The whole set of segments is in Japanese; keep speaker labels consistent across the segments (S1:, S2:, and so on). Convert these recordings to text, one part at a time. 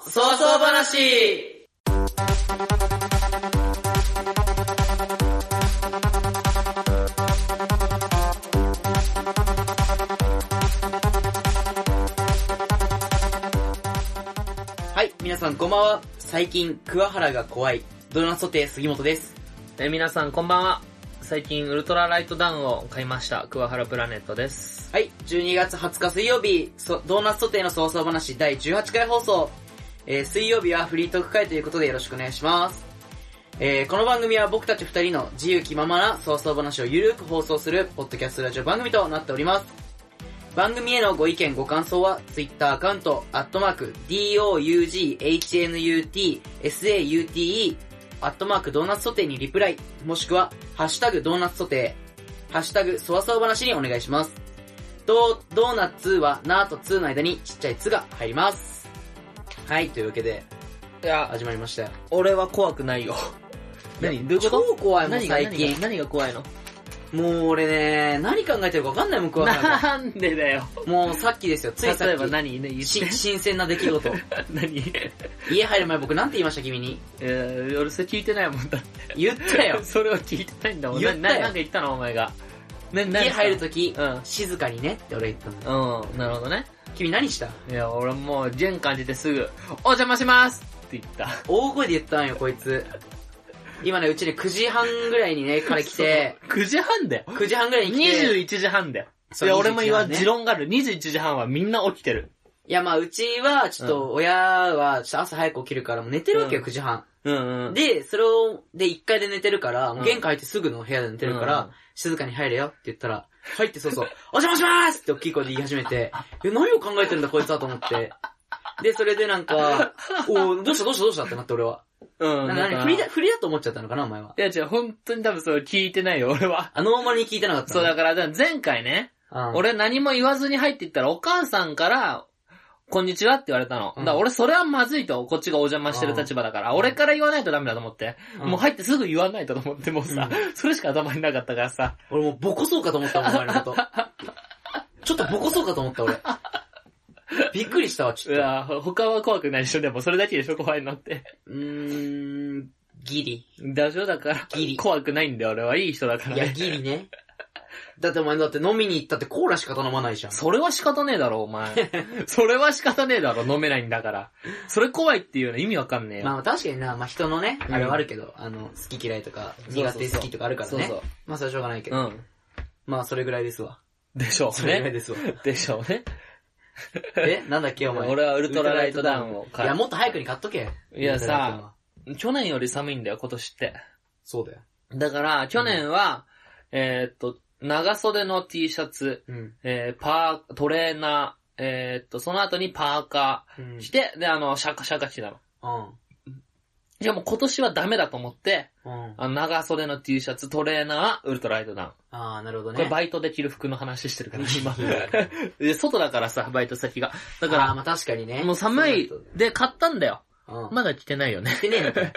S1: そうそう話はい、皆さんこんばんは。最近、桑原が怖い。ドナソテー杉本です。
S2: え皆さんこんばんは最近ウルトラライトダウンを買いました桑原プラネットです
S1: はい、12月20日水曜日、そドーナツソテーの早々話第18回放送。えー水曜日はフリートーク会ということでよろしくお願いします。えーこの番組は僕たち二人の自由気ままな早々話をゆるく放送するポッドキャストラジオ番組となっております。番組へのご意見ご感想は、Twitter アカウント、アットマーク、DOUGHNUT、SAUTE、アットマークドーナツソテーにリプライ、もしくは、ハッシュタグドーナツソテー、ハッシュタグそわそわ話にお願いします。ドドーナツは、なーとツーの間にちっちゃいつが入ります。はい、というわけで、
S2: いや
S1: 始まりましたよ。
S2: 俺は怖くないよ
S1: 何どういうこと超怖いもん、
S2: 何が
S1: 最近
S2: 何が。何が怖いの
S1: もう俺ね、何考えてるか分かんないもん、桑 原
S2: なんでだよ
S1: が。もうさっきですよ、ついさ
S2: 例えば
S1: っ
S2: 何ね言
S1: き。
S2: っ
S1: し
S2: て
S1: 新鮮な出来事。
S2: 何
S1: 家入る前僕なんて言いました、君に。
S2: えー、俺それ聞いてないもんだって。
S1: 言ったよ
S2: それは聞いてないんだもん
S1: 言ったよ
S2: なななんか言ったのお前がね何
S1: 家入るとき、
S2: うん
S1: 静かにねって俺言ったの。
S2: うんなるほどね
S1: 君何した
S2: いや俺もうジェン感じてすぐ「お邪魔します!」って言った
S1: 大声で言ったんよ、こいつ。今ね、うちね、9時半ぐらいにね、彼来て、
S2: 9時半だよ
S1: 9時半ぐらいに来て、
S2: 21時半だよ。
S1: そ
S2: いうや、俺
S1: 21
S2: も
S1: 時
S2: 今、
S1: 半ね
S2: 持論がある。21時半はみんな起きてる。
S1: いや、まあ、うちは、ちょっと、親は、ちょっと朝早く起きるから、もう寝てるわけよ、
S2: うん
S1: 9時半。
S2: うんう。
S1: で、それを、で、1階で寝てるから、もう
S2: うん
S1: 玄関入ってすぐの部屋で寝てるから、
S2: うん
S1: 静かに入れよって言ったら、入ってそうそう、お邪魔しますって大きい声で言い始めて、え、何を考えてるんだ、こいつはと思って。で、それでなん か、おーどうしたどうしたどうしたってなって俺は。
S2: うん。
S1: な
S2: なん
S1: 何
S2: か
S1: 振り
S2: い
S1: だ、振りだと思っちゃったのかな、お前は。
S2: や、違う、本当に多分それ聞いてないよ、 俺は。
S1: あ、ノーマルに聞いてなかった
S2: そう、だから、だから前回ね、
S1: ら、うん、
S2: 俺何も言わずに入っていったら、お母さんから、こんにちはって言われたの。
S1: うん
S2: だから俺それはまずいと、こっちがお邪魔してる立場だから、俺から言わないとダメだと思って、
S1: うん
S2: もう入ってすぐ言わないとと思って、もうさ、 それしか頭になかったからさ、
S1: 俺もうボコそうかと思ったもん、お前のこ と。ちょっとボコそうかと思った、俺。びっくりしたわ、ち
S2: い
S1: ょっと。
S2: や、他は怖くないでしょ、でもそれだけでしょ、怖いのって。
S1: うーん、ギ リ。
S2: だしょ、だから
S1: ギリ、
S2: 怖くないんだよ、俺はいい人だから、
S1: い
S2: ね。
S1: や、ギリね。だってお前、だって飲みに行ったってコーラしか頼まないじゃん。
S2: それは仕方ねえだろ、お前。 それは仕方ねえだろ、飲めないんだから。それ怖いっていうの意味わかんねえよ。
S1: まあ確かにな、まあ人のね、
S2: うん
S1: あれはあるけど、あの、好き嫌いとか、苦手好きとかあるから
S2: そう
S1: ね
S2: そう。
S1: まあそれはしょうがないけ
S2: う
S1: ど。
S2: ん。
S1: まあそれぐらいですわ。
S2: でしょう
S1: それぐらい
S2: ね。
S1: です わ。
S2: でしょうね。
S1: え、なんだっけお前。
S2: 俺はウルトラライトダウンを
S1: い
S2: 買う
S1: や、もっと早くに買っとけ。
S2: いやさ
S1: ウルトラライトダウンは
S2: 去年より寒いんだよ、今年って。
S1: そうだよ。
S2: だから、去年は、えーっと、長袖の T シャツ、
S1: うん。
S2: えー、パー、トレーナー、えーっと、その後にパーカ
S1: うん。うん
S2: ー着。て、で、あの、シャカシャカ着てたの。じゃあもう今年はダメだと思って、
S1: うん。
S2: あの長袖の T シャツ、トレーナー、ウルトラライトダウン。
S1: ああ、なるほど
S2: これ
S1: ね。
S2: バイトで着る服の話してる から、今
S1: いや。
S2: で外だからさ、バイト先が。だ
S1: あー
S2: か
S1: まあ確かにね。
S2: ら、もう寒い
S1: そう。
S2: で、買ったんだよ。
S1: だとうん。ま
S2: まだ着てないよね。
S1: ってねえのかよ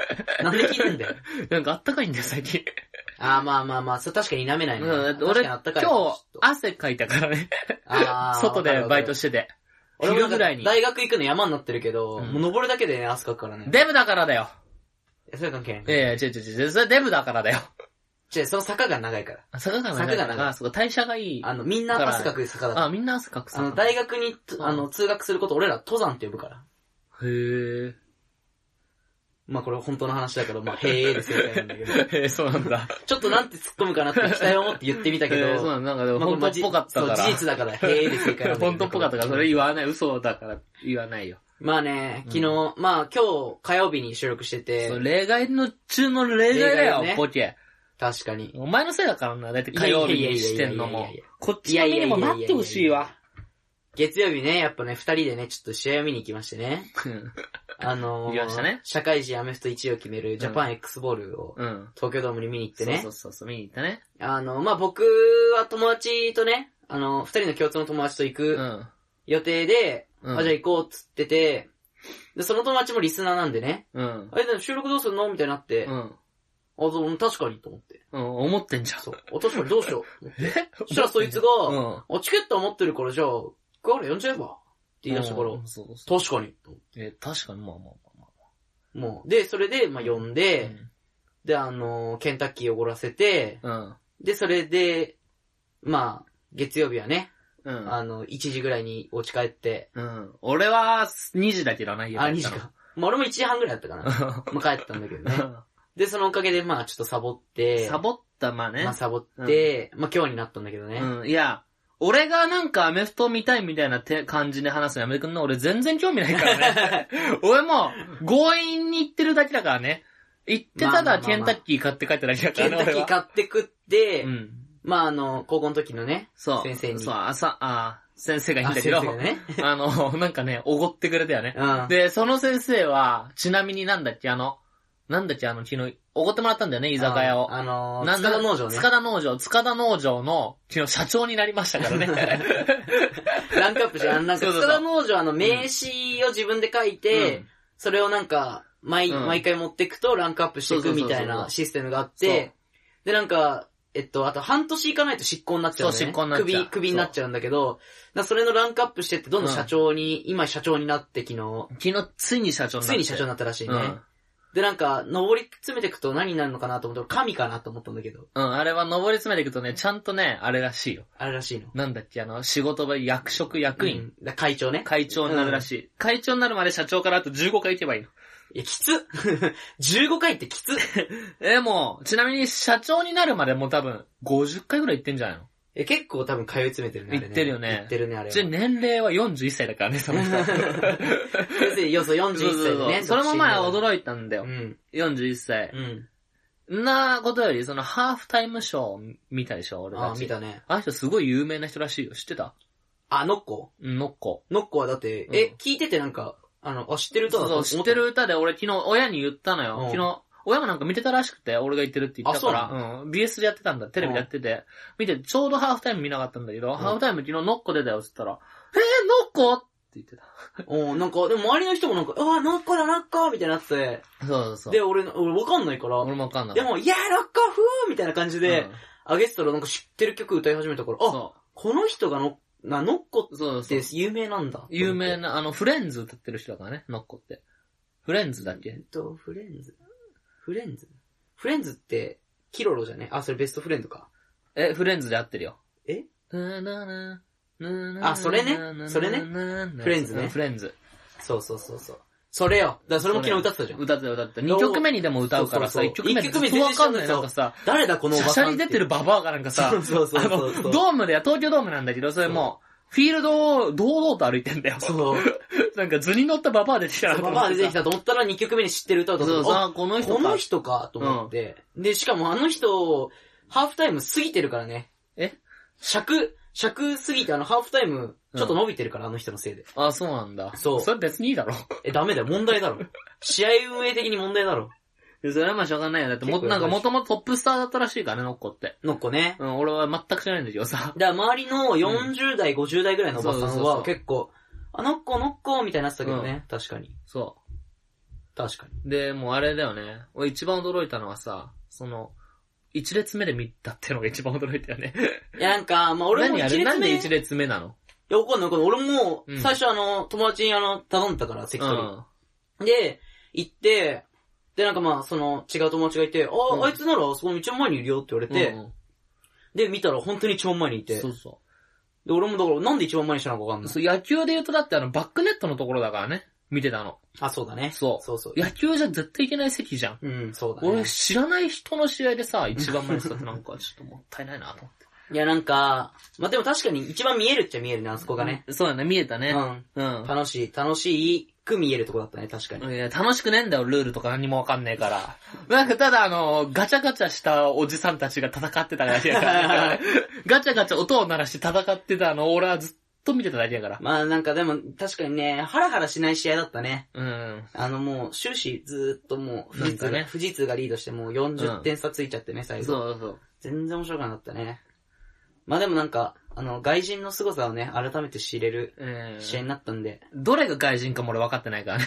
S1: なんで着るんだよ。
S2: なんかあったかいんだよ、最近。
S1: ああ、まあまあまあ、そう確かに舐めな
S2: う
S1: い
S2: ん
S1: の。
S2: 俺、
S1: 確かにあ
S2: 今
S1: ったかい
S2: 日、汗かいたからね。
S1: あー
S2: 外でバイ
S1: わかる
S2: ト
S1: わかる
S2: してて。
S1: 俺も
S2: 昼
S1: なん
S2: ぐ
S1: から
S2: いに。
S1: 大学行くの山になってるけど、
S2: うん
S1: もう登るだけでね、汗かくからね。
S2: デブだからだよ。
S1: えそれ関係ない。
S2: ええ、違う違う違う。それデブだからだよ。
S1: じゃあその坂が長いから。
S2: あ坂が
S1: 坂が長い
S2: あ、そうか、代謝がいい。
S1: あの、みんな汗かく坂だから。
S2: あ、みんな汗かく
S1: あ
S2: さ。
S1: の、大学に、あの、通学すること俺ら登山って呼ぶから。
S2: へー
S1: まあこれ本当の話だから、まあ、へえで正解なんだけ ど。
S2: へーそうなんだ。
S1: ちょっとなんて突っ込むかなって期待を持って言ってみたけど、
S2: へーそうなんだ。なんかでも、
S1: まあこれ
S2: 本当っぽかったから。
S1: そう事実だから、へえで正解なんだけど。
S2: 本当っぽかったから、それ言わない、嘘だから言わないよ。
S1: まあね、昨日、まあ今日火曜日に収録して
S2: そう
S1: て、
S2: 例外の中の例外だ
S1: 例外
S2: よ、
S1: ね
S2: ポケ。
S1: 確かに。
S2: お前のせいだからな、だって火曜日にしてんの
S1: いや
S2: も
S1: いやいやいやいやいや。
S2: こっちの身にもなってほしいわ。
S1: 月曜日ね、やっぱね、二人でね、ちょっと試合を見に行きましてね。あのー、
S2: 行きましたね
S1: 社会人アメフト1位を決めるジャパン X ボールを
S2: うん。うん。
S1: 東京ドームに見に行ってね。
S2: そうそうそう、見に行ったね。
S1: あの、まあ、僕は友達とね、あの、二人の共通の友達と行
S2: う
S1: く
S2: ん。
S1: 予定で、
S2: うん
S1: あ、じゃあ行こうっつってて、で、その友達もリスナーなんでね、
S2: うん。
S1: あれでも収録どうするのみたいになって、
S2: う
S1: あ、
S2: ん。
S1: そううん、確かにと思って。
S2: うん、思ってんじゃん。
S1: そう。あ、確かにどうしよう。
S2: え
S1: そしたらそいつが、
S2: うん。
S1: あ、チケットは持ってるからじゃあ、クアラ呼んじゃえば。言い出したから、
S2: うんそうそう。
S1: 確かに。
S2: え、確かに、まあまあまあまあ。
S1: もう。で、それで、まあ、呼んで、で、あのーケンタッキー汚らせて、
S2: うん。
S1: で、それで、まあ、月曜日はね、
S2: うん。
S1: あの、1時ぐらいにお家帰って、
S2: うん。俺は、2時だけどな、家
S1: あ、2
S2: 帰
S1: 時
S2: ったの
S1: か。まあ、俺も1時半ぐらいだったかな。まあ、帰ったんだけどね。
S2: う
S1: で、そのおかげで、まあ、ちょっとサボっ
S2: ん
S1: て、
S2: サボった、まあね
S1: まあ、。サボって、まあ、今日になったんだけどね。
S2: うん。いや、俺がなんかアメフト見たいみたいなて感じで話すのやめてくんの俺全然興味ないから ね。俺も、強引に行ってるだけだからね。行ってた
S1: まあまあまあ
S2: だ
S1: まあ
S2: ケンタッキー買って帰っただけだか
S1: ケ
S2: ら
S1: ン
S2: ね、
S1: タッキ
S2: 俺
S1: ー
S2: は。
S1: 買って食って、
S2: うん。
S1: まあ、あの、高校の時のね、
S2: そう。
S1: 先生に
S2: そう、朝、あー先生がいいん
S1: あ
S2: だ
S1: 先生
S2: けど、
S1: がね。
S2: あの、なんかね、おごってくれたよね。
S1: うん。
S2: で、その先生は、ちなみになんだっけ、あの、なんだっけ、あの、昨日、おごってもらったんだよね、居酒屋を。
S1: あの
S2: な
S1: ー、
S2: ん
S1: 塚
S2: だ
S1: 田農場ね。
S2: 塚田農場、塚田農場の、昨日社長になりましたからね。
S1: ランクアップして、 あの、なんか、
S2: そうそう
S1: 塚
S2: そう
S1: 田農場あの、名刺を自 分で書いて、
S2: うん
S1: それをなんか、毎、
S2: うん
S1: 毎回持ってくとランクアップしてい
S2: そう
S1: く
S2: そうそう
S1: み
S2: そう
S1: たいなシステムがあっ
S2: そう
S1: て、で、なんか、えっと、あと半年いかないと執行になっちゃうんだよね。
S2: そう執行になっちゃう
S1: 首、首になっちゃうんだけど、なそれのランクアップしてって、どんどん社長に、今社長になって昨日、
S2: 昨日、ついに社長になっ
S1: つ
S2: て
S1: いに社長になったらしいね。
S2: うん。
S1: で、なんか、登り詰めていくと何になるのかなと思ったら、神かなと思ったんだけど、
S2: うん、あれは登り詰めていくとね、ちゃんとね、あれらしいよ。
S1: あれらしいの。
S2: なんだっけ、あの、仕事場、役職、役員、
S1: うんだ会長ね。
S2: 会長になるらしい。会長になるまで社長からあと15回行けばいいの。
S1: いや、き つ !15 回って きつ
S2: え、もう、ちなみに社長になるまでもう多分、50回ぐらい行ってんじゃないの
S1: え、結構多分通い詰めてるね。あれ
S2: 言ってるよね
S1: 言ってるね、あれは。
S2: ちなみに年齢は41歳だからね、その人。
S1: 先生、よそ41
S2: そうそう
S1: 歳で
S2: そ
S1: ね。
S2: う。それも前
S1: い
S2: 驚いたんだよ
S1: う。ん。
S2: 41歳
S1: う。ん。
S2: んなことより、そのハーフタイムショー見たでしょ、俺
S1: あ
S2: た
S1: ー、
S2: ち。
S1: 見たね。
S2: あの人すごい有名な人らしいよ。知ってた
S1: あ、ノッコ
S2: うんのっこ。
S1: ノッコはだって、
S2: うん
S1: え、聞いててなんか、あの、あ、知ってる歌
S2: そ
S1: だ
S2: う
S1: と
S2: そ
S1: 思
S2: う、
S1: った
S2: 知ってる歌で俺昨日親に言ったの
S1: うん
S2: よ。昨日、親もなんか見てたらしくて、俺が言ってるって言ったか
S1: あ
S2: ら、うん。BS でやってたんだ、テレビでやってて。見て、ちょうどハーフタイム見なかったんだけど、
S1: ん
S2: ハーフタイム昨日ノッコ出たよって言ったら、えー、ノッコって言ってた。
S1: うん、なんか、でも周りの人もなんか、あー、ノッコだ、ノッコみたいになって
S2: そうそうそ
S1: て。
S2: う。
S1: で、俺の、俺わかんないから、
S2: 俺もわかんない。
S1: でも、いやー、ノッコ、ふーみたいな感じ
S2: うん、
S1: で、あげてたらなんか知ってる曲歌い始めたから、あ、
S2: そ
S1: この人がノッ、な、ノッコ
S2: う、そう
S1: っ
S2: そう
S1: て。有名なんだ。
S2: 有名
S1: な。
S2: な、あの、フレンズ歌ってる人だからね、ノッコって。フレンズだっ
S1: え
S2: け
S1: っと、フレンズ。フレンズフレンズって、キロロじゃねあ、それベストフレンドか。
S2: え、フレンズで合ってるよ。
S1: え
S2: あ
S1: あそれねそれね
S2: フ
S1: フレンズね
S2: フレンズ。
S1: そうそうそうそう。それよ。だからそれも昨日歌ってたじゃん。
S2: 歌ってた歌ってた。2曲目にでも歌うからさ、
S1: そう
S2: 1
S1: そうそ
S2: 曲
S1: う
S2: 目ずっとわかんない。
S1: 一曲目全然知らないそう
S2: なんかさ、
S1: 誰だこのお
S2: シャ
S1: ば
S2: シ
S1: さん
S2: ャリ出てるババアがなんかさ
S1: そ、うそうそう
S2: あ
S1: そうそ
S2: の、
S1: う。
S2: ドームで、東京ドームなんだけど、それもう、フィールドを堂々と歩いてんだよ。
S1: そう。
S2: なんか図に乗ったババア出てきたなと
S1: バ
S2: 思っ
S1: バ
S2: てさ
S1: ア出てきたと思ったら2曲目に知ってる歌だと
S2: そう
S1: 思っ
S2: さ、この
S1: て。
S2: 人
S1: こ
S2: か
S1: の。人かと思って。で、しかもあの人、ハーフタイム過ぎてるからね。
S2: え
S1: 尺、尺過ぎてあのハーフタイム、ちょっと伸びてるから、あの人のせいで。
S2: あ、そうなんだ。
S1: そう
S2: それ別にいいだろ。
S1: え、ダメだよ、問題だろ。試合運営的に問題だろ。
S2: でそれはまあしょうがないよ。だってもっと、
S1: 結構
S2: な
S1: や
S2: ん
S1: ば
S2: か
S1: いし
S2: もともとトップスターだったらしいからね、ノッコって。
S1: のっこね。
S2: うん、俺は全く知らないんだけどさ。
S1: だから周りの40代、50代ぐらいのおばさ
S2: そうんそうそうそ
S1: は
S2: う
S1: 結構、あ、ノッコ、ノッコ、みたいになってたけどね。確かに。
S2: そ
S1: 確かに。
S2: う。で、もうあれだよね。俺一番驚いたのはさ、その、一列目で見たってのが一番驚いたよね。
S1: いや、なんか、まあ俺も
S2: 何あ
S1: 一
S2: れな
S1: 列
S2: ん
S1: 目。
S2: で
S1: い
S2: 一列目なの
S1: や、わかんないわかんない。俺も
S2: う、ん
S1: 最初あの、友達にあの、頼んだから、
S2: う
S1: 席取
S2: ん。
S1: り。で、行って、で、なんかまあ、その、違う友達がいて、あ、
S2: うん
S1: あいつなら、その一番前にいるよって言われて、
S2: うん
S1: で、見たら本当に一番前にいて。
S2: そうそ
S1: で、俺もだから、なんで一番前にしたのかわかん
S2: う。
S1: ない。
S2: そう、野球で言うとだってあの、バックネットのところだからね。見てたの。
S1: あ、そうだね。
S2: そう
S1: そうそう。
S2: 野球じゃ絶対いけない席じゃん。
S1: うん、そうだね。
S2: 俺知らない人の試合でさ、一番前に座 ってなんかちょっともったいないなと思って。
S1: いや、なんか、まあ、でも確かに一番見えるっちゃ見えるね、あそこがね。
S2: そうだね、見えた
S1: う
S2: ね。
S1: ん。
S2: うん。
S1: 楽しい、楽しく見えるとこだったね、確かに。
S2: いや、楽しくねえんだよ、ルールとか何もわかんねえから。なんかただあの、ガチャガチャしたおじさんたちが戦ってただけや から。ガチャガチャ音を鳴らして戦ってたの、俺はずっと見てただけやから。
S1: まあなんかでも、確かにね、ハラハラしない試合だったね。
S2: うん。
S1: あのもう、終始ずーっともう、富士通
S2: なんか
S1: が、
S2: ね
S1: 富士通がリードしてもう40点差ついちゃってね、最後。
S2: そうそう。
S1: 全然面白くなかったね。まあでもなんか、あの、外人の凄さをね、改めて知れる
S2: え
S1: 試合
S2: ー、
S1: になったんで。
S2: どれが外人かも俺分かってないからね。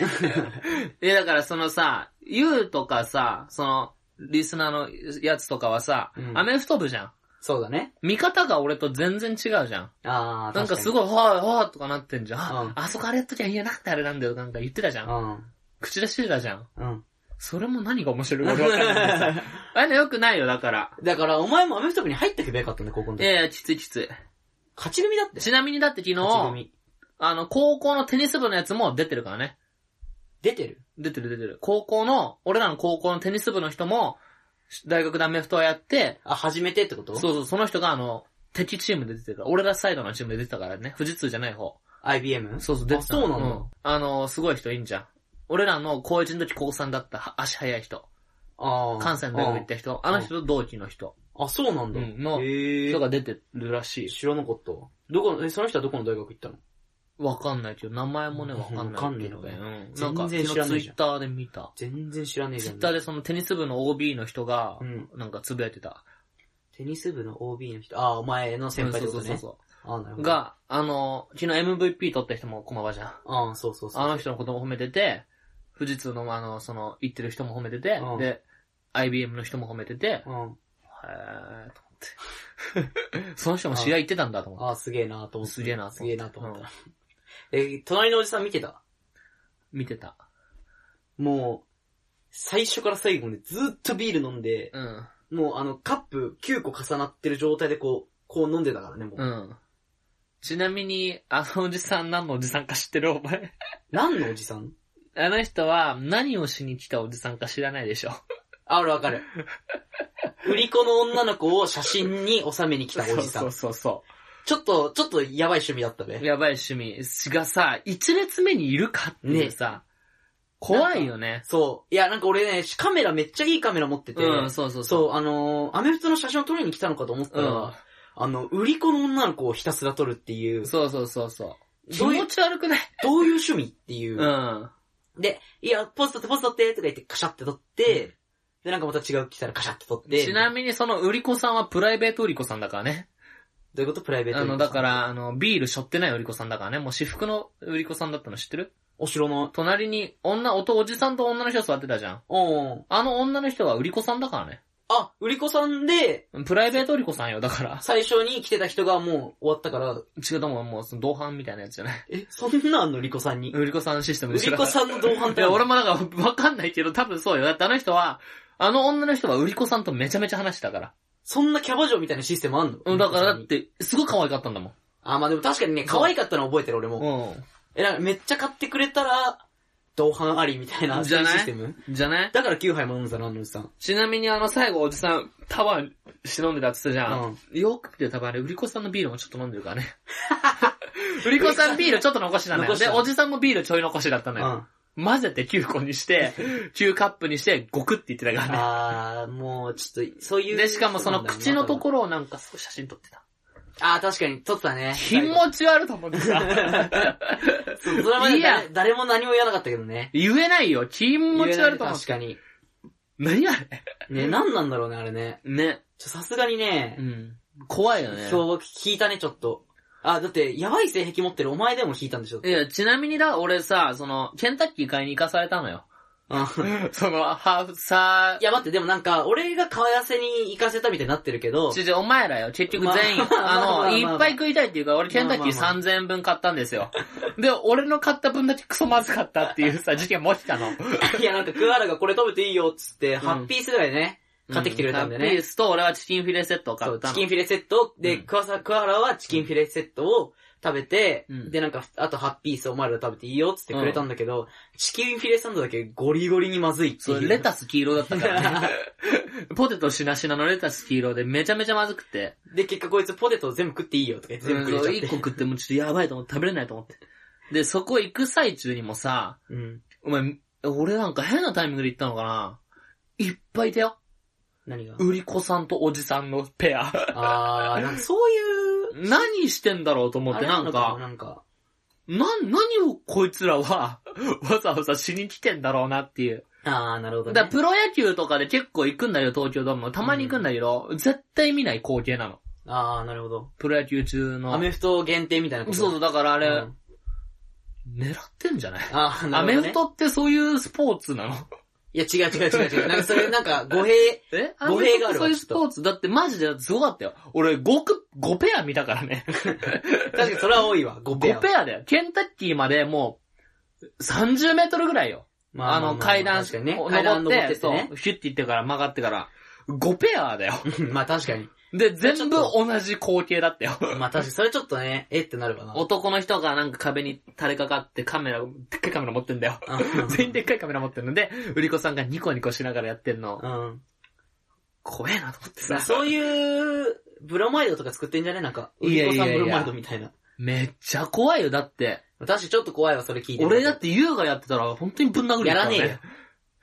S2: え、だからそのさ、ユウとかさ、その、リスナーのやつとかはさ、
S1: うん
S2: アメフト部じゃん。
S1: そうだね。
S2: 見方が俺と全然違うじゃん。
S1: あー、
S2: なんかす
S1: い。
S2: ごい、はい、はい、とかなってんじゃん。
S1: うん
S2: あ、あそこあれやっときゃいいよなってあれなんだよ、なんか言ってたじゃ。
S1: うんん。
S2: 口出してたじゃん。
S1: うん。
S2: それも何が面白いか俺わかんない んだよあれの良くないよ、だから。
S1: だから、お前もアメフト部に入ってけばよかったんだ、高校の
S2: い
S1: 時。
S2: やいや、きついきつい。
S1: 勝ち組だって。
S2: ちなみにだって昨
S1: 勝ち
S2: 日、
S1: 組。
S2: あの、高校のテニス部のやつも出てるからね。
S1: 出てる
S2: 出てる出てる。高校の、俺らの高校のテニス部の人も、大学でアメフトをやって、
S1: あ、初めてってこと
S2: そうそう、その人があの、敵チームで出てるから、俺らサイドのチームで出てたからね、富士通じゃない方。
S1: IBM?
S2: そうそう、出てた。
S1: あそうなんだ
S2: あの、すごい人いいんじゃん。俺らの高1の時高3だったは足速い人。
S1: あー
S2: 関西の大学行った人。あの人と同期の人。
S1: あ、そうなんだ。
S2: うんの
S1: へ
S2: 人
S1: ー。
S2: が出てるらしい。
S1: 知らなかったわ。どこの、え、その人はどこの大学行ったの
S2: わかんないけど、名前もね、わかんない。
S1: わかんねえの
S2: う
S1: かよ
S2: ん。なん
S1: 全
S2: か、昨
S1: 然
S2: 日
S1: 知
S2: ツ
S1: らねえ
S2: イ
S1: じゃん
S2: ッターで見た。
S1: 全然知らねえ
S2: ツ
S1: じ
S2: イ
S1: ゃん。
S2: ッターでそのテニス部の OB の人が
S1: う、ん。
S2: なんかつぶやいてた。
S1: テニス部の OB の人、あー、お前の先輩ってこと
S2: うんそうそう
S1: ね。
S2: そう。
S1: あー、なるほど。、
S2: が、あの、昨日 MVP 取った人も駒場じゃん。
S1: あー、そうそうそう。
S2: あの人のことも褒めてて、富士通の、あの、その、行ってる人も褒めてて、
S1: うん
S2: で、IBM の人も褒めてて、へー
S1: うん。
S2: と思って。 その人も試合行ってたんだと思っ。
S1: あー、すげえなーと思ってて。
S2: すげえな
S1: すげえなと思っ
S2: うん
S1: た。え、隣のおじさん見てた
S2: 見てた。
S1: もう、最初から最後までずっとビール飲んで、
S2: うん。
S1: もうあの、カップ9個重なってる状態でこう、こう飲んでたからね、もう。
S2: うん。ちなみに、あのおじさん何のおじさんか知ってるお前。
S1: 何のおじさん
S2: あの人は何をしに来たおじさんか知らないでしょ。
S1: あ、俺わかる。 売り子の女の子を写真に収めに来たおじさ
S2: そ
S1: ん
S2: う。そうそ
S1: ちょっと、ちょっとやばい趣味だった
S2: う。
S1: ね。
S2: やばい趣味がさ、一列目にいるかっていうさ、怖いよね。
S1: そう。いや、なんか俺ね、カメラめっちゃいいカメラ持ってて、
S2: うん、そうそう。
S1: そうう、あのーアメフトの写真を撮りに来たのかと思ったら、
S2: う。、
S1: あの、売り子の女の子をひたすら撮るっていうん
S2: そうそうそうそう。気
S1: どういう
S2: 持ち悪くない
S1: どういう趣味っていうう。
S2: ん。
S1: で、いや、ポーズ撮って、ポーズ撮って、とか言って、カシャって撮って、で、なんかまた違う来たらカシャって撮って。
S2: ちな
S1: に。
S2: みにその売り子さんはプライベート売り子さんだからね。
S1: どういうことプライベート。
S2: あの、だからら、あの、ビール背負ってない売り子さんだからね。もう私服の売り子さんだったの知ってる
S1: お城の、
S2: 隣に女、おと、おじさんと女の人座ってたじゃん。
S1: おん。
S2: あの女の人は売り子さんだからね。
S1: あ、売り子さんで、
S2: プライベート売り子さんよ、だから。
S1: 最初に来てた人がもう終わったから、
S2: 違うともう、もう、その同伴みたいなやつじゃない。
S1: え、そんなんのりこさんに。
S2: 売り子さんシステム
S1: 売り子
S2: ん。
S1: さんの同伴っ
S2: い
S1: てあ
S2: や、
S1: る
S2: 俺もなんか、わかんないけど、多分そうよ。だってあの人は、あの女の人は売り子さんとめちゃめちゃ話してたから。
S1: そんなキャバ嬢みたいなシステムあんの
S2: うん、だからだって、すごい可愛かったんだもん。
S1: あ、まあでも確かにね、可愛かったの覚えてる俺も。
S2: う
S1: え、なんかめっちゃ買ってくれたら、同伴ありみたいな、
S2: じゃな
S1: そ
S2: い
S1: ういうシステム
S2: ん。じゃない
S1: だから9杯も飲んだな、あのおじさん。
S2: ちなみにあの最後おじさん、タワー忍んでたって言ってたじゃん。よく見てたらあれ、売り子さんのビールもちょっと飲んでるからね。売り子さんビールちょっと残しなのよ。
S1: 残し
S2: で、
S1: た
S2: おじさんもビールちょい残しだったの
S1: う
S2: よ。
S1: ん。
S2: 混ぜて9個にして、9カップにして、ゴクって言ってたからね。
S1: あー、もう、ちょっと、そういう。
S2: で、しかもその口のところをなんかすごい写真撮ってた。
S1: あー、確かに、撮ったね。
S2: 気持ち悪と思ってさ。
S1: そうそれまで
S2: いや
S1: 誰誰も何も言わなかったけどね。
S2: 言えないよ。気持ち悪と思っ
S1: 確
S2: て。
S1: かに。
S2: 何あれ
S1: ね、何なんだろうね、あれね。
S2: ね。
S1: ちょ、さすがにね
S2: う、ん。怖いよね。
S1: そう、聞いたね、ちょっと。あ、だって、やばい性癖持ってるお前でも聞いたんでしょ
S2: いや、ちなみにだ、俺さ、その、ケンタッキー買いに行かされたのよ。
S1: うん
S2: その、ハーフ、さ
S1: いや、待って、でもなんか、俺が顔合わせに行かせたみたいになってるけど、
S2: ちょちょお前らよ、結局全員、
S1: まあまあま
S2: あ
S1: あ
S2: の、
S1: まあ
S2: いっぱい食いたいっていうか、俺ケンタッキー
S1: まあまあ
S2: 3000円分買ったんですよ。で、俺の買った分だけクソまずかったっていうさ、事件も起きたの。
S1: いや、なんか、クアラがこれ食べていいよ、っつって、ハッピースぐらいね、買ってきてくれたんで
S2: うんハッピ
S1: ね
S2: ー。スと俺はチキンフィレセットを買
S1: そ
S2: っ
S1: う、
S2: た
S1: チ
S2: の。
S1: キンフィレセットで、
S2: うん
S1: クワサ、クアラはチキンフィレセットを食べて、
S2: うん
S1: で、なんか、あとハッピースお前ら食べていいよ、っつってくれたんだけど、チキンフィレサンドだけゴリゴリにまずいって
S2: そ、
S1: いうう。
S2: レタス黄色だったからね。 ポテトしなしなのレタス黄色でめちゃめちゃまずくて。
S1: で、結果こいつポテト全部食っていいよ、とか言って全部
S2: うん
S1: 食
S2: そう
S1: え
S2: 一
S1: ちゃっ
S2: 個食ってもうちょっとやばいと思って食べれないと思って。で、そこ行く最中にもさ、
S1: て。うん。
S2: お前、俺なんか変なタイミングで行ったのかないっぱいいたよ。
S1: 何が
S2: 売り子さんとおじさんのペア。
S1: あー、なんかそういう、
S2: 何してんだろうと思っ
S1: あ
S2: て、
S1: れ
S2: な
S1: なんのかな、
S2: か、
S1: なんか。
S2: な、何をこいつらは、 わざわざしに来てんだろうなっていう。
S1: あー、なるほど
S2: だ
S1: ね。
S2: からプロ野球とかで結構行くんだけど、東京ドーム。たまに行くんだけど、絶対見ない光景なの。
S1: あー、なるほど。
S2: プロ野球中の。
S1: アメフト限定みたいなこ
S2: そう
S1: と。
S2: そう、だからあれ、
S1: うん
S2: 狙ってんじゃない
S1: あー、な
S2: ア
S1: るほど、ね。
S2: メフトってそういうスポーツなの
S1: いや、違う違う違う違う。なんかそれなんか語弊、
S2: え
S1: 語弊があるわ
S2: そういうスポーツ、だってマジですごかったよ。俺5く、5ペア見たからね。
S1: 確かにそれは多いわ、5
S2: 5
S1: ペ
S2: ペ
S1: ア。
S2: アだよ。ケンタッキーまでもう、30メートルぐらいよ。
S1: ま
S2: あの、階段、
S1: 確かにね。階段
S2: 登
S1: 登っって
S2: ってて、そう
S1: ね、。
S2: ヒュッて行ってから曲がってから、5ペア だよ。
S1: まあ確かに。
S2: で、全部同じ光景だったよ。
S1: まあ確かに、それちょっとね、えってなるわな。
S2: 男の人がなんか壁に垂れかかってカメラ、でっかいカメラ持ってんだよ。
S1: うん
S2: 全員でっかいカメラ持ってるので、売り子さんがニコニコしながらやってんの、
S1: うん。
S2: 怖えなと思って
S1: まあ
S2: さ。
S1: そういう、ブロマイドとか作ってんじゃねなんか、ウ
S2: い
S1: リ
S2: や
S1: コ
S2: い
S1: さん
S2: やいや
S1: ブロマイドみたいな。
S2: めっちゃ怖いよ、だって。
S1: 確かにちょっと怖いわ、それ聞いて。
S2: 俺だって優がやってたら、本当にぶん殴るから、ね。
S1: やらね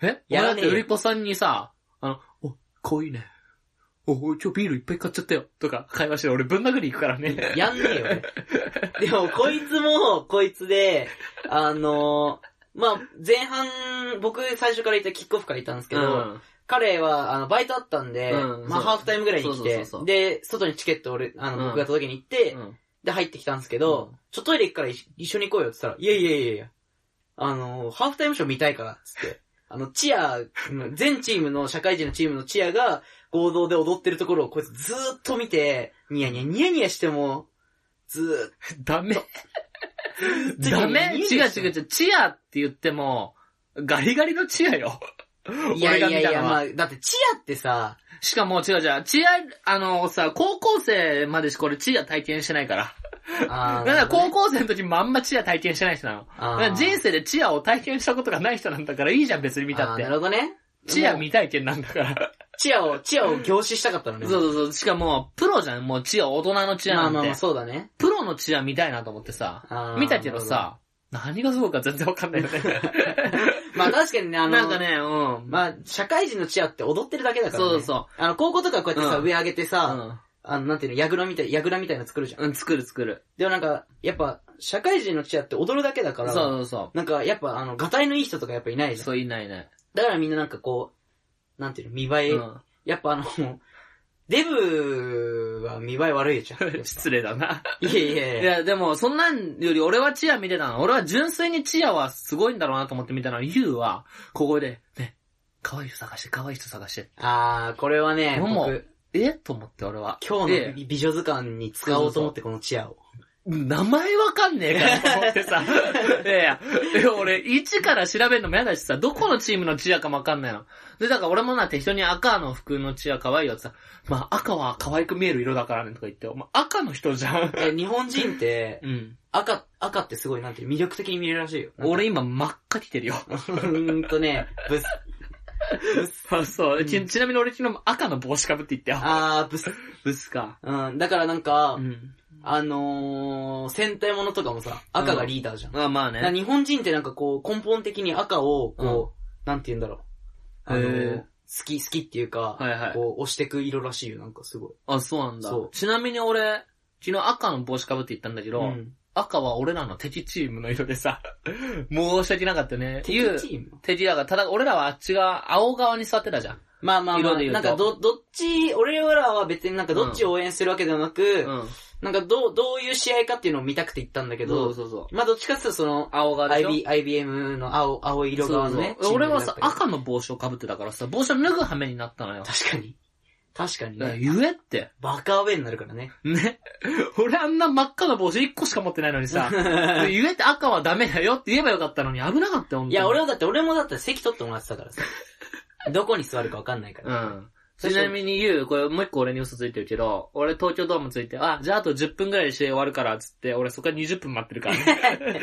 S2: えよ。え
S1: や
S2: 俺だ
S1: ら
S2: っ
S1: ね
S2: て
S1: えよ
S2: 売り子さんにさ、あの、お、濃いね。お、今日ビールいっぱい買っちゃったよ。とか、会話して俺ぶん殴り行くからね。
S1: やんねえよ、俺でも、こいつも、こいつで、あのーまあ、前半、僕最初から言ったキックオフから言ったんですけ
S2: う
S1: ど、
S2: ん。彼
S1: 彼は、あの、バイトあったんで、
S2: うん
S1: まあ、
S2: そう
S1: ハーフタイムぐらいに来
S2: そ
S1: て
S2: うそうそうそ、う
S1: で、外にチケット俺、あ
S2: う
S1: の、
S2: ん
S1: 僕が届けに行って、
S2: うん
S1: で、入ってきたんですけど、
S2: う
S1: ちょ、トイレ行くから一一緒に行こうよって言ったら、いやいやいやいや、あの、ハーフタイムショー見たいから、つって。 あの、チア、うん全チームの、社会人のチームのチアが、合同で踊ってるところをこいつずーっと見て、ニヤニヤ、ニヤニヤしても、ずーっと
S2: ダメ。ダメ違う違う違う。チアって言っても、ガリガリのチアよ。
S1: いやいやい
S2: 俺が見た
S1: や、
S2: のは
S1: まあ、だってチアってさ、
S2: しかも違う違う。チア、あのさ、高校生までしか俺チア体験してないから。
S1: あー
S2: だ から高校生の時もあんまチア体験してない人なの。だ
S1: あ
S2: から
S1: ー
S2: 人生でチアを体験したことがない人なんだからいいじゃん別に見たっ
S1: あー
S2: て
S1: な。るほどね。
S2: チア
S1: もう
S2: 未体験なんだから。
S1: チアを、チアを凝視したかったの
S2: そ
S1: ね。
S2: うそうそう。しかも、プロじゃん。もうチア、大人のチア
S1: ま
S2: な
S1: あまあ
S2: ん
S1: ま
S2: て
S1: あ、。そうだね。
S2: プロのチア見たいなと思ってさ。
S1: あー
S2: 見たけど。さ、何がすごいか全然わかんないよ ね。
S1: なるほどまあ確かにね、あの、
S2: なんかね、うん。
S1: まあ、社会人のチアって踊ってるだけだからね。
S2: そうそう
S1: あの、高校とかはこうやってさ、
S2: うん
S1: 上上げて
S2: う
S1: さ、
S2: ん
S1: あの、なんていうの、ヤグラみたい、ヤグラみたいなの作るじゃん。
S2: うん、作る作る。
S1: でもなんか、やっぱ、社会人のチアって踊るだけだか
S2: そう
S1: ら、
S2: そうそ。
S1: なんか、やっぱ、あの、ガタイのいい人とかやっぱいないうじゃん。
S2: そう、いないいない。
S1: だからみんななんかこう、なんていうの、見栄え、
S2: うん
S1: やっぱあの、デブは見栄え悪いじゃん。い
S2: 失礼だな。
S1: やいや
S2: い
S1: いや。
S2: や、でも、そんなんより俺はチア見てたの。俺は純粋にチアはすごいんだろうなと思って見たのに、ユウは、ここで、ね、可愛い人探して、可愛い人探して。
S1: あー、これはね、
S2: もう
S1: 僕、
S2: えと思って俺は。
S1: 今日の
S2: で、
S1: 美美女図鑑に使おうと思ってこのチアを。
S2: 名前わかんねえからと思って さ。いやいや、いや俺、一から調べるのも嫌だしさ、どこのチームのチアかもわかんないの。で、だから俺もな、適当に赤の服のチア可愛いよってさ、まあ赤は可愛く見える色だからねとか言って、お前赤の人じゃん。
S1: え、日本人って、
S2: うん。
S1: 赤、赤ってすごいなんていうの魅力的に見れるらしいよ。
S2: 俺今真っ赤着てるよ。
S1: うーんとね、ブス、
S2: そうそう。ち、ちなみに俺昨日も赤の帽子かぶっていったよ。
S1: あー、ブス、
S2: ブスか。
S1: うん、だからなんか、
S2: うん。
S1: あのー、戦隊ものとかもさ、赤がリーダーじゃん。
S2: まあまあ
S1: だから
S2: ね。
S1: 日本人ってなんかこう、根本的に赤を、こう、なんて言うんだろう。あの
S2: へ
S1: ー、
S2: ー
S1: 好き、好きっていうか、
S2: はいはい
S1: こう、押してく色らしいよ、なんかすごい。
S2: あ、そうなんだ
S1: そう。
S2: ちなみに俺、昨日赤の帽子かぶって行ったんだけど、
S1: うん。
S2: 赤は俺らの敵チームの色でさ、 申し訳なかったね。
S1: 敵
S2: ユウ
S1: チーム
S2: 敵だから、ただ俺らはあっちが青側に座ってたじゃん。
S1: まあまあま
S2: 色
S1: あ、
S2: で言う
S1: な
S2: と
S1: んかど、どっち、俺らは別になんかどっちを応援するわけではなく、
S2: うん。
S1: なんかどう、どういう試合かっていうのを見たくて行ったんだけ
S2: そ
S1: ど、
S2: うそうそう。
S1: まあどっちかっていうとその、
S2: 青側でしょ
S1: IB、IBM の青、青色側のね。
S2: そうそう俺はさ、
S1: チームだった
S2: 赤の帽子をかぶってたからさ、帽子を脱ぐ羽目になったのよ。
S1: けど確かに。確かに
S2: だから
S1: ね。
S2: 言えって。
S1: バカウェイになるからね。
S2: ね。 俺あんな真っ赤な帽子1個しか持ってないのにさ、言えって赤はダメだよって言えばよかったのに危なかったよ、本当に
S1: いや、俺はだって、俺もだって席取ってもらってた からさ。どこに座るかわかんないか
S2: う
S1: ら。
S2: ん。ちなみに言う、これもう一個俺に嘘ついてるけど、俺東京ドームついて、あ、じゃああと10分ぐらいで試合終わるから、つって、俺そこから20分待ってるからね。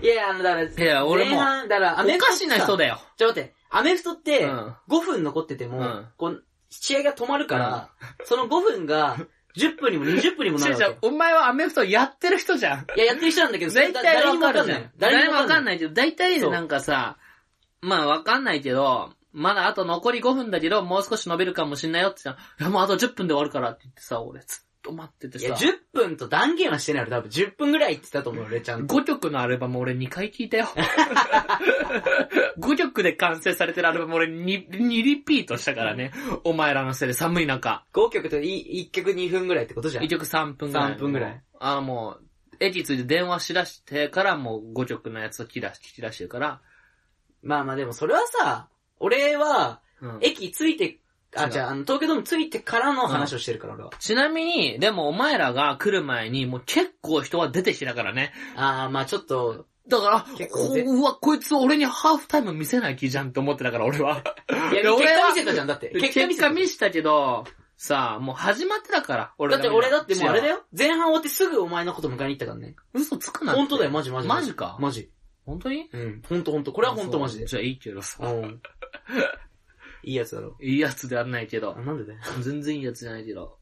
S1: いや、あの、だから、
S2: いや、俺
S1: 前
S2: も、
S1: 半、だから、ア
S2: お
S1: メフト
S2: かしな人
S1: で。
S2: だよ。
S1: ちょ、待って、アメフトっ
S2: う
S1: て、
S2: ん。
S1: 5分残ってても、
S2: うん
S1: こう、試合が止まるから、その5分が、10分にも20分にもな
S2: 違う
S1: るわ
S2: 違う、お前はアメフトやってる人じゃん。
S1: け。いや、やってる人なんだけど、それ
S2: 大体
S1: 誰に
S2: わ
S1: も
S2: か
S1: わか
S2: る
S1: ん
S2: じ
S1: な
S2: ゃん
S1: い。。
S2: 誰もわかん
S1: ない。
S2: ないけど、大体
S1: そう
S2: なんかさ、まあわかんないけど、まだあと残り5分だけど、もう少し伸びるかもしんないよって言ったらいやもうあと10分で終わるからって言ってさ、俺ずっと待ってて
S1: いや、
S2: さ。
S1: 10分と断言はしてないよ、多分。10分ぐらいって言ってたと思う、俺ちゃんと。
S2: 5曲のアルバム俺2回聴いた よ。5曲で完成されてるアルバム俺 2, 2リピートしたからね。お前らのせいで寒い中。
S1: 5曲と1曲2分ぐらいってことじゃん
S2: 1。曲3分ぐらい。
S1: 3分ぐらい。
S2: あのもう、駅ついて電話しだしてからもう5曲のやつを聞き出し聞き出してるから。
S1: まあまあでもそれはさ、俺は、
S2: うん
S1: 駅ついて、
S2: 違
S1: あ、
S2: う
S1: じゃあ、あの、東京ドームついてからの話をしてるから、俺は。
S2: ちなみに、でもお前らが来る前に、もう結構人は出てきてたからね。
S1: あー、まあちょっと、
S2: だから、
S1: 結構
S2: こ
S1: ぜ
S2: うわ、こいつ俺にハーフタイム見せない気じゃんって思ってたから、俺は。
S1: いや、
S2: で
S1: 結
S2: 俺
S1: 果
S2: は
S1: 見せたじゃん、だって。
S2: 結果見せ
S1: た
S2: た。けど、さあ、もう始まってたから、俺
S1: だって俺だってもうあれだ
S2: よ。
S1: よ。前半終わってすぐお前のこと迎えに行ったからね。
S2: 嘘つくなって
S1: 本当だよ、マジマジ。
S2: マジか。
S1: マジ。
S2: 本当に
S1: うん。本当本当。こ
S2: こ
S1: れは本当マジで。
S2: じゃあいいけどさ。
S1: うん。いいやつだろ。
S2: いいやつではないけど
S1: あ。なんでだよ。
S2: 全然いいやつじゃないけど。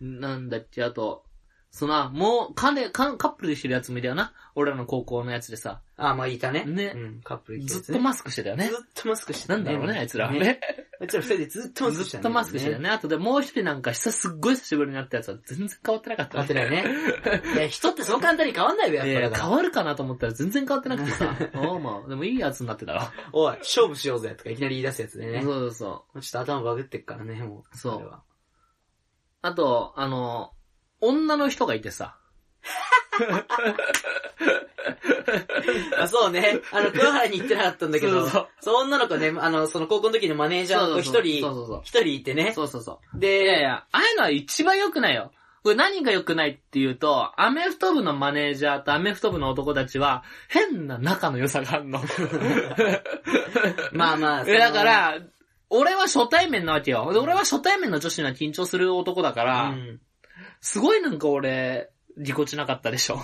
S2: なんだっけ、あと、その、もう、かんカカップルでしてるやつもいたよな。俺らの高校のやつでさ。
S1: あ、まあいたね。
S2: ね
S1: うん、カップル
S2: ずっとマスクしてたよ
S1: ク
S2: ね
S1: ず。っとマスクしてた
S2: なんだろうね、あいつらは。ね。
S1: あいつら二人でずっとマスクして
S2: ず
S1: た
S2: っ
S1: ね。
S2: とマスクしてたよね。あとでもう一人なんか、久すっごい久しぶりになったやつは全然変わってなかった
S1: 変わ
S2: ね。
S1: ってないね。いや、人ってそう簡単に変わんないよ、やっぱ
S2: い
S1: り
S2: や
S1: だ
S2: い
S1: か
S2: や
S1: ら
S2: 変わるかなと思ったら全然変わってなくて さ。おうもうでもいいやつになってたろ。
S1: おい、勝負しようぜとかいきなり言い出すやつでね。
S2: そ
S1: も
S2: うそうそう
S1: ちょっと頭バグってっからね、もう。
S2: そう
S1: あれは。
S2: あと、あの、女の人がいてさ。
S1: あ、そうね。あの、桑原に行ってなかったんだけど、
S2: そうそう
S1: その女の子ね、あの、その高校の時のマネージャーと一
S2: そう
S1: 人、
S2: そうそう
S1: 一人いてね。
S2: そうそうそう。いやい
S1: で、
S2: や、ああいうのは一番良くないよ。これ何が良くないっていうと、アメフト部のマネージャーとアメフト部の男たちは、変な仲の良さがある の。
S1: まあまあ、その
S2: えだか、ら、俺は初対面なわけよ。で俺は初対面の女子には緊張する男だか
S1: う
S2: ら、
S1: ん。
S2: すごいなんか俺、ぎこちなかったでしょ。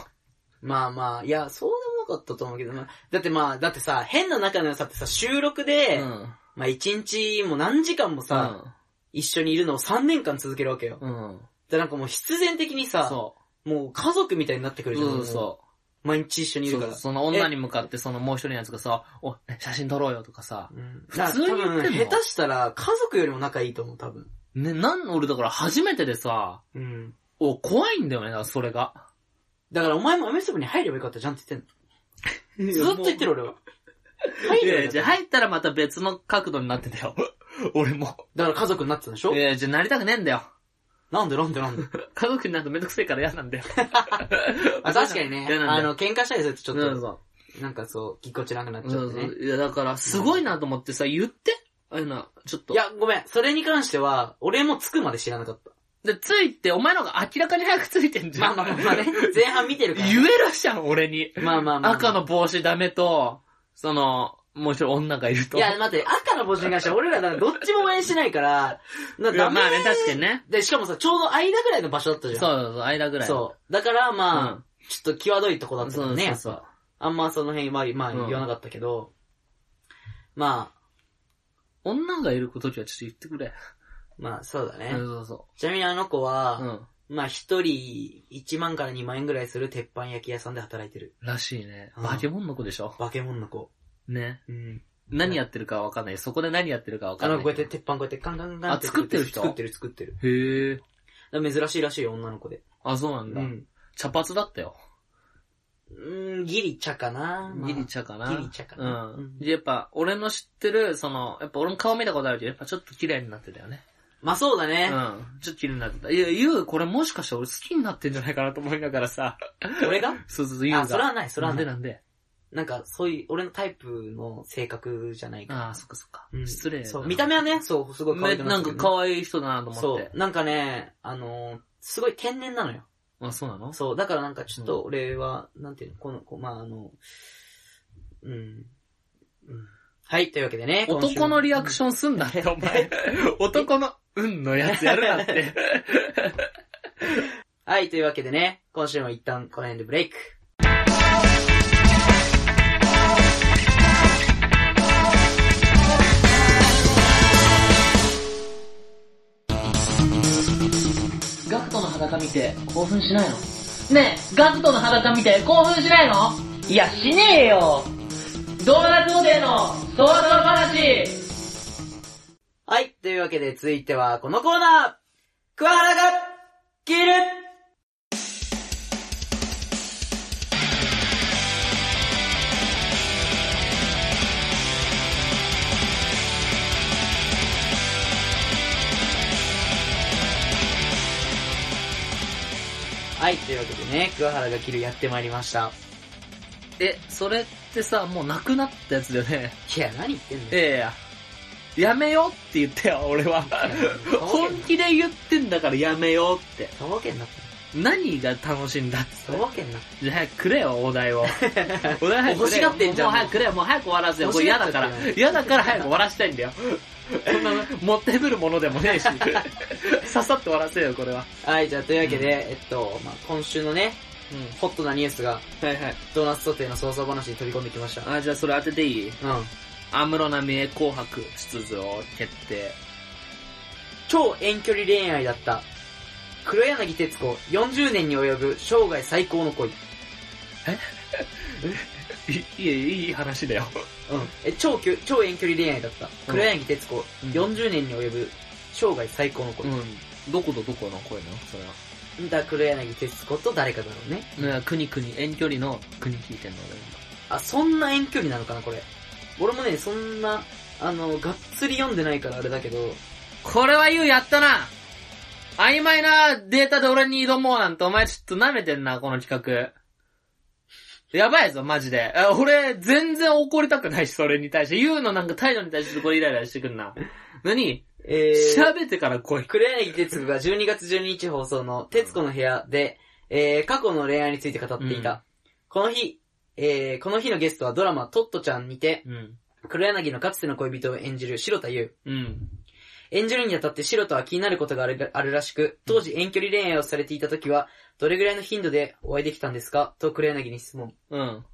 S1: まあまあ、いや、そうでもなかったと思うけどな。だってまあ、だってさ、変な仲の良さってさ、収録で、
S2: うん。
S1: まあ一日も何時間もさ、一緒にいるのを3年間続けるわけよ。
S2: うん。うん。
S1: で、なんかもう必然的にさ、
S2: そ
S1: もう家族みたいになってく
S2: う。
S1: るじゃん。
S2: そうそう。
S1: 毎日一緒にいるから。
S2: そうその女に向かってそのもう一人のやつがさ、お、ね写真撮ろうよとかさ、
S1: うん
S2: 普通に
S1: だ
S2: 言ってんの
S1: から多分下手したら家族よりも仲いいと思う、多分。
S2: ね、なん、俺だから初めてでさ、
S1: うん。
S2: お、怖いんだよね、だからそれが。
S1: だからお前もアメスト部に入ればよかったじゃんって言って
S2: ず
S1: んの。ずっと言って
S2: る。
S1: る俺は。
S2: い
S1: 入
S2: やい
S1: れ
S2: や
S1: ば
S2: じゃ
S1: よ
S2: あ
S1: かった
S2: 入ったらまた別の角度になってたよ。 俺も。
S1: だから家族になってたでしょ
S2: いやいや、じゃあなりたくねえんだよ。
S1: なんでなんでなんで。
S2: 家族になるとめんどくせえから嫌なんだよ。
S1: あ、確かにね。
S2: 嫌なんだよ
S1: あの、喧嘩したりするとちょっ
S2: そう
S1: と、
S2: そう
S1: なんかそう、ぎこちなくなっち
S2: そ
S1: ゃっ
S2: う
S1: て
S2: そ
S1: ね。
S2: う。いや、だから、すごいなと思ってさ、言って。あいうの、ちょっと。
S1: い、や、ごめん。それに関しては、俺もつくまで知らなかった。
S2: で、ついて、お前の方が明らかに早くついてんじ
S1: ま
S2: ゃ
S1: あ
S2: ん。
S1: まあまあね。 前半見てるから。
S2: 言えるじゃん、俺に。
S1: まあまあまあ。
S2: 赤の帽子ダメと、その、もう一人女がいると。
S1: いや、待って、赤の帽子に関しては俺らだからどっちも応援しないから、な
S2: ま
S1: ダ
S2: あ
S1: メ
S2: ね、確かにね。
S1: で、しかもさ、ちょうど間ぐらいの場所だった
S2: そ
S1: じ
S2: う
S1: ゃん。
S2: そうそう、間ぐらい。
S1: そう。だから、まあ、
S2: うん
S1: ちょっと際どいとこだった
S2: そ
S1: よ
S2: う
S1: ね、
S2: そ
S1: や
S2: う
S1: っ
S2: そう
S1: ぱ。。あんまその辺は、まあ
S2: うん
S1: 言わなかったけど、まあ、
S2: 女がいる時はちょっと言ってくれ。
S1: まあそうだね。
S2: そうそうそ
S1: ちなみにあの子
S2: う。う
S1: は、
S2: ん。
S1: まあ一人1万から2万円ぐらいする鉄板焼き屋さんで働いてる。
S2: らしいね。
S1: うん
S2: 化け物の子でしょ。
S1: 化け物の子。
S2: ね。
S1: うん。
S2: 何やってるかわかんない。そこで何やってるかわか
S1: あ
S2: んな
S1: の
S2: い。
S1: こうやって鉄板こうやってガンガンガン
S2: あ作ってる人
S1: 作ってる作ってる。
S2: へえ。
S1: だから珍しいらしいよ、女の子で。
S2: あ、そうな
S1: うん
S2: だ。
S1: ん。
S2: 茶髪だったよ。
S1: うん、ギリ茶かな。まあ
S2: ギリ茶かな。
S1: ギリ茶かなう
S2: う
S1: ん
S2: ん。でやっぱ、俺の知ってる、その、やっぱ俺も顔見たことあるけど、やっぱちょっと綺麗になってたよね。
S1: まあそうだ
S2: う
S1: ね。
S2: ん。ちょっと綺麗になってた。いや、ゆう、これもしかして俺好きになってんじゃないかなと思いながらさ。
S1: 俺が
S2: そうそうそう、ゆうが。
S1: あ、それはない、それは
S2: なん
S1: ない。
S2: でなんで。
S1: なんか、そういう、俺のタイプの性格じゃないから。
S2: ああ、そっかそっか。
S1: うん
S2: 失礼だな。
S1: そう、見た目はね、そう、すごい可愛
S2: め
S1: く
S2: なんか可愛い人だなと思
S1: そ
S2: って
S1: う、。なんかね、あのーすごい天然なのよ。
S2: あ、そうなの
S1: そう、だからなんかちょっと俺は、なんていうの、この、こうまああの、うん、うん。はい、というわけでね。
S2: 男のリアク
S1: ョ
S2: ションすんだね、お 前。男の、うんのやつやるなって。
S1: ン。はい、というわけでね、今週も一旦この辺でブレイク。
S2: ガクトの裸見て興奮しないのねえ、ガクトの裸見て興奮しないのいや、しねえよドーナツホテルの想像話
S1: はい、というわけで続いてはこのコーナー桑原が消えるはい、というわけでね、桑原が切るやってまいりました。
S2: え、それってさ、もうなくなったやつだよね。
S1: いや、何言ってんの
S2: いやいや、やめようって言ったよ、俺 は。本気で言ってんだからやめようって。
S1: とぼけんな。
S2: 何が楽しいんだっつ
S1: と
S2: って。
S1: ぼけんな。
S2: じゃあ早くくれよ、お題 を。お題早くくれよ
S1: 欲しがってんじゃん
S2: もう早くくれよ、もう早く終わらせよ。これ嫌だから
S1: 欲しがっ。て
S2: 嫌だから早く終わらしたいんだよ。こんなの持ってくるものでも ねえし。さっさっと終わらせよ、これは。
S1: はい、じゃあというわけで、えっと、まあ今週のね、
S2: うん。
S1: ホットなニュースが、
S2: はいはい。
S1: ドーナツソテーの想像話に飛び込んできました。
S2: あ、じゃあそれ当てていい
S1: うん。
S2: 安室奈美恵紅白出場決定。
S1: 超遠距離恋愛だった。黒柳徹子、40年に及ぶ生涯最高の恋。
S2: いいい、いい話だよ。
S1: うん。え、超きゅ、超遠距離恋愛だった。黒柳徹子、
S2: うん
S1: 40年に及ぶ生涯最高の恋。
S2: うん。どことどこの声なのそれは。
S1: だ、黒柳徹子と誰かだろうね。
S2: ね、国国、遠距離の国聞いてんの
S1: あ、そんな遠距離なのかな、これ。俺もね、そんな、あの、がっつり読んでないからあれだけど、
S2: これは言うやったな曖昧なデータで俺に挑もうなんてお前ちょっと舐めてんな、この企画。やばいぞ、マジで。あ俺、全然怒りたくないし、それに対して。言うのなんか態度に対してこれイライラしてくんな。何
S1: えー、
S2: 喋ってから来い。
S1: 黒柳徹子が12月12日放送の徹子の部屋で、えー、過去の恋愛について語っていた。
S2: うん
S1: この日、えー、この日のゲストはドラマ、トットちゃんにて、
S2: うん。
S1: 黒柳のかつての恋人を演じる白田優。
S2: うん。
S1: 演じるにあたって白田は気になることがあるあるらしく、当時遠距離恋愛をされていた時は、どれぐらいの頻度でお会いできたんですかと黒柳に質問。
S2: うん。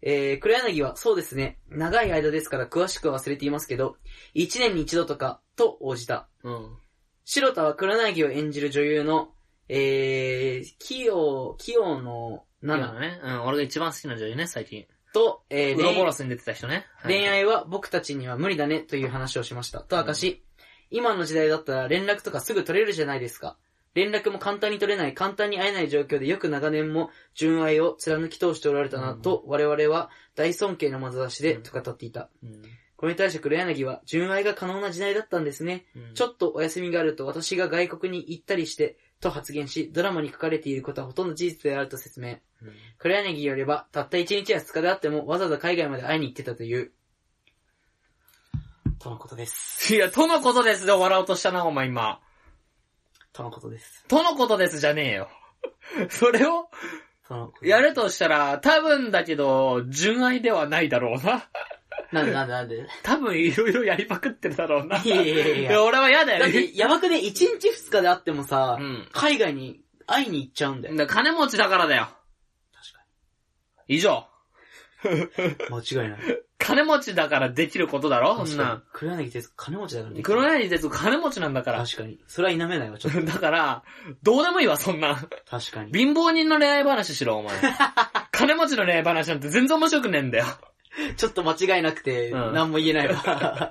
S1: えー、黒柳は、そうですね、長い間ですから詳しくは忘れていますけど、1年に1度とか、と応じた。
S2: うん。
S1: 白田は黒柳を演じる女優の、えー、清、清の
S2: 今
S1: 奈
S2: のね。うん、俺が一番好きな女優ね、最近。
S1: と、えー、
S2: ウロボ
S1: 恋
S2: ロスに出てた人ね。はい
S1: 恋。愛は僕たちには無理だねという話をしました。と明かし、今の時代だったら連絡とかすぐ取れるじゃないですか。連絡も簡単に取れない、簡単に会えない状況でよく長年も純愛を貫き通しておられたなと、我々は大尊敬の眼差しで
S2: うん
S1: と語っていた。
S2: うん
S1: これに対して黒柳は、純愛が可能な時代だったんですね。
S2: うん
S1: ちょっとお休みがあると私が外国に行ったりして、と発言し、ドラマに書かれていることはほとんど事実であると説明。
S2: うん
S1: 黒柳によれば、たった1日や2日であっても、わざわざ海外まで会いに行ってたという。とのことです。
S2: いや、とのことですで終わろうとしたな、お前今。
S1: とのことです。
S2: とのことですじゃねえよ。 それを
S1: とのことです
S2: やるとしたら、多分だけど、純愛ではないだろうな。
S1: なんでなんでなんで
S2: 多分いろいろやりまくってるだろうな。
S1: いやいやいやいや
S2: 俺は嫌 だ
S1: だっ
S2: よ。
S1: て、やばくね、1日2日で会ってもさ、
S2: うん。
S1: 海外に会いに行っちゃうんだよ。
S2: だから金持ちだからだよ。以上。
S1: 確かに。間違いない。
S2: 金持ちだからできることだろ、そん
S1: 確かに
S2: な。。
S1: 黒柳徹子金持ちだからね。
S2: 黒柳哲子金持ちなんだから。
S1: 確かに。それは否めないわ、ちょっと。
S2: だから、どうでもいいわ、そんな。
S1: 確 かに。
S2: 貧乏人の恋愛話しろ、 お前。金持ちの恋愛話なんて全然面白くねえんだよ。
S1: ちょっと間違いなくて、
S2: うん
S1: 何も言えないわ。
S2: じゃあ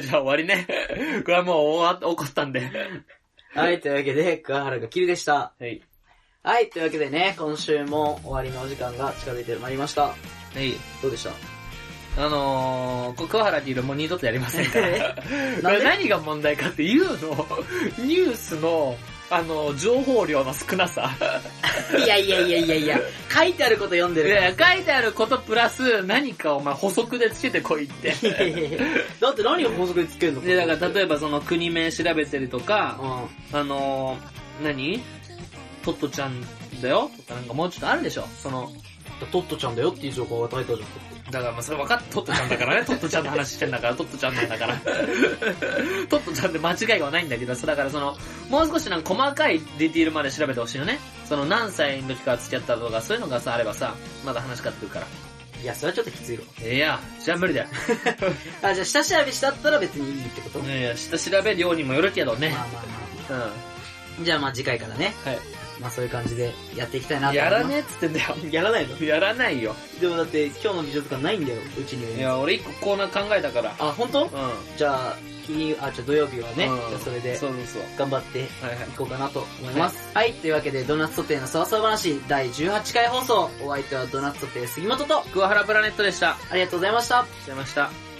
S2: 終わりね。 これはもう終わ怒ったんで。
S1: はい、というわけで、桑原がキルでした。
S2: はい。
S1: はい、というわけでね、今週も終わりのお時間が近づいてまいりました。
S2: はい。
S1: どう でした
S2: あのー、こ桑原ディールもう二度とやりません か
S1: え
S2: ら。こ
S1: なん
S2: れ
S1: で
S2: 何が問題かっていうの、 ニュースの、あのー、情報量の少なさ。
S1: いやいやいやいやいや、書いてあること読んで
S2: い
S1: るから
S2: や書いてあることプラス、何かお前補足でつけてこいって。
S1: いやいやいや だって何が法則でつけるの
S2: で、だから
S1: え
S2: 例えばその国名調べてるとか、
S1: ば、
S2: あのー、何トットちゃんだよとかなんかもうちょっとあるでしょその、
S1: うん。トットちゃんだよっていう情報を与えたじゃん。
S2: だからまあそれ分かってトットちゃんだから ね、トットちゃんの話してんだから、トットちゃんなんだから。トットちゃんで間違いはないんだけど、そうだからその、もう少しなんか細かいディティールまで調べてほしいよね。その何歳の時から付き合ったとか、そういうのがさ、あればさ、まだ話変わってくるか
S1: いや、それはちょっときついわ。
S2: ら。いや、じゃあ無理だよ。
S1: あ、じゃあ下調べしたったら別にいいってこと、
S2: いやいや、下調べ量にもよるけどね
S1: ま。あまあま
S2: うん。は
S1: あ。じゃあまあ次回からね、まあそういう感じでやっていきたいなと
S2: い。
S1: 思
S2: や
S1: います
S2: らねえっつってんだよ。
S1: やらないの
S2: やらないよ。
S1: でもだって今日の美女図鑑ないんだよ、うちにはい
S2: や、俺一個コーナー考えたから。
S1: あ、本当？
S2: うん。
S1: じゃあ、金、あ、じゃあ土曜日はね、
S2: うん
S1: じゃあそれで
S2: そうそうそう。
S1: 頑張って
S2: はいはい
S1: 行。こうかなと思います。はい、というわけで、ドーナツソテーのそわそわ話第18回放送。お相手はドーナツソテー杉本と、
S2: 桑原プラネットでした。あり
S1: ありがとうございました。
S2: がとうございました。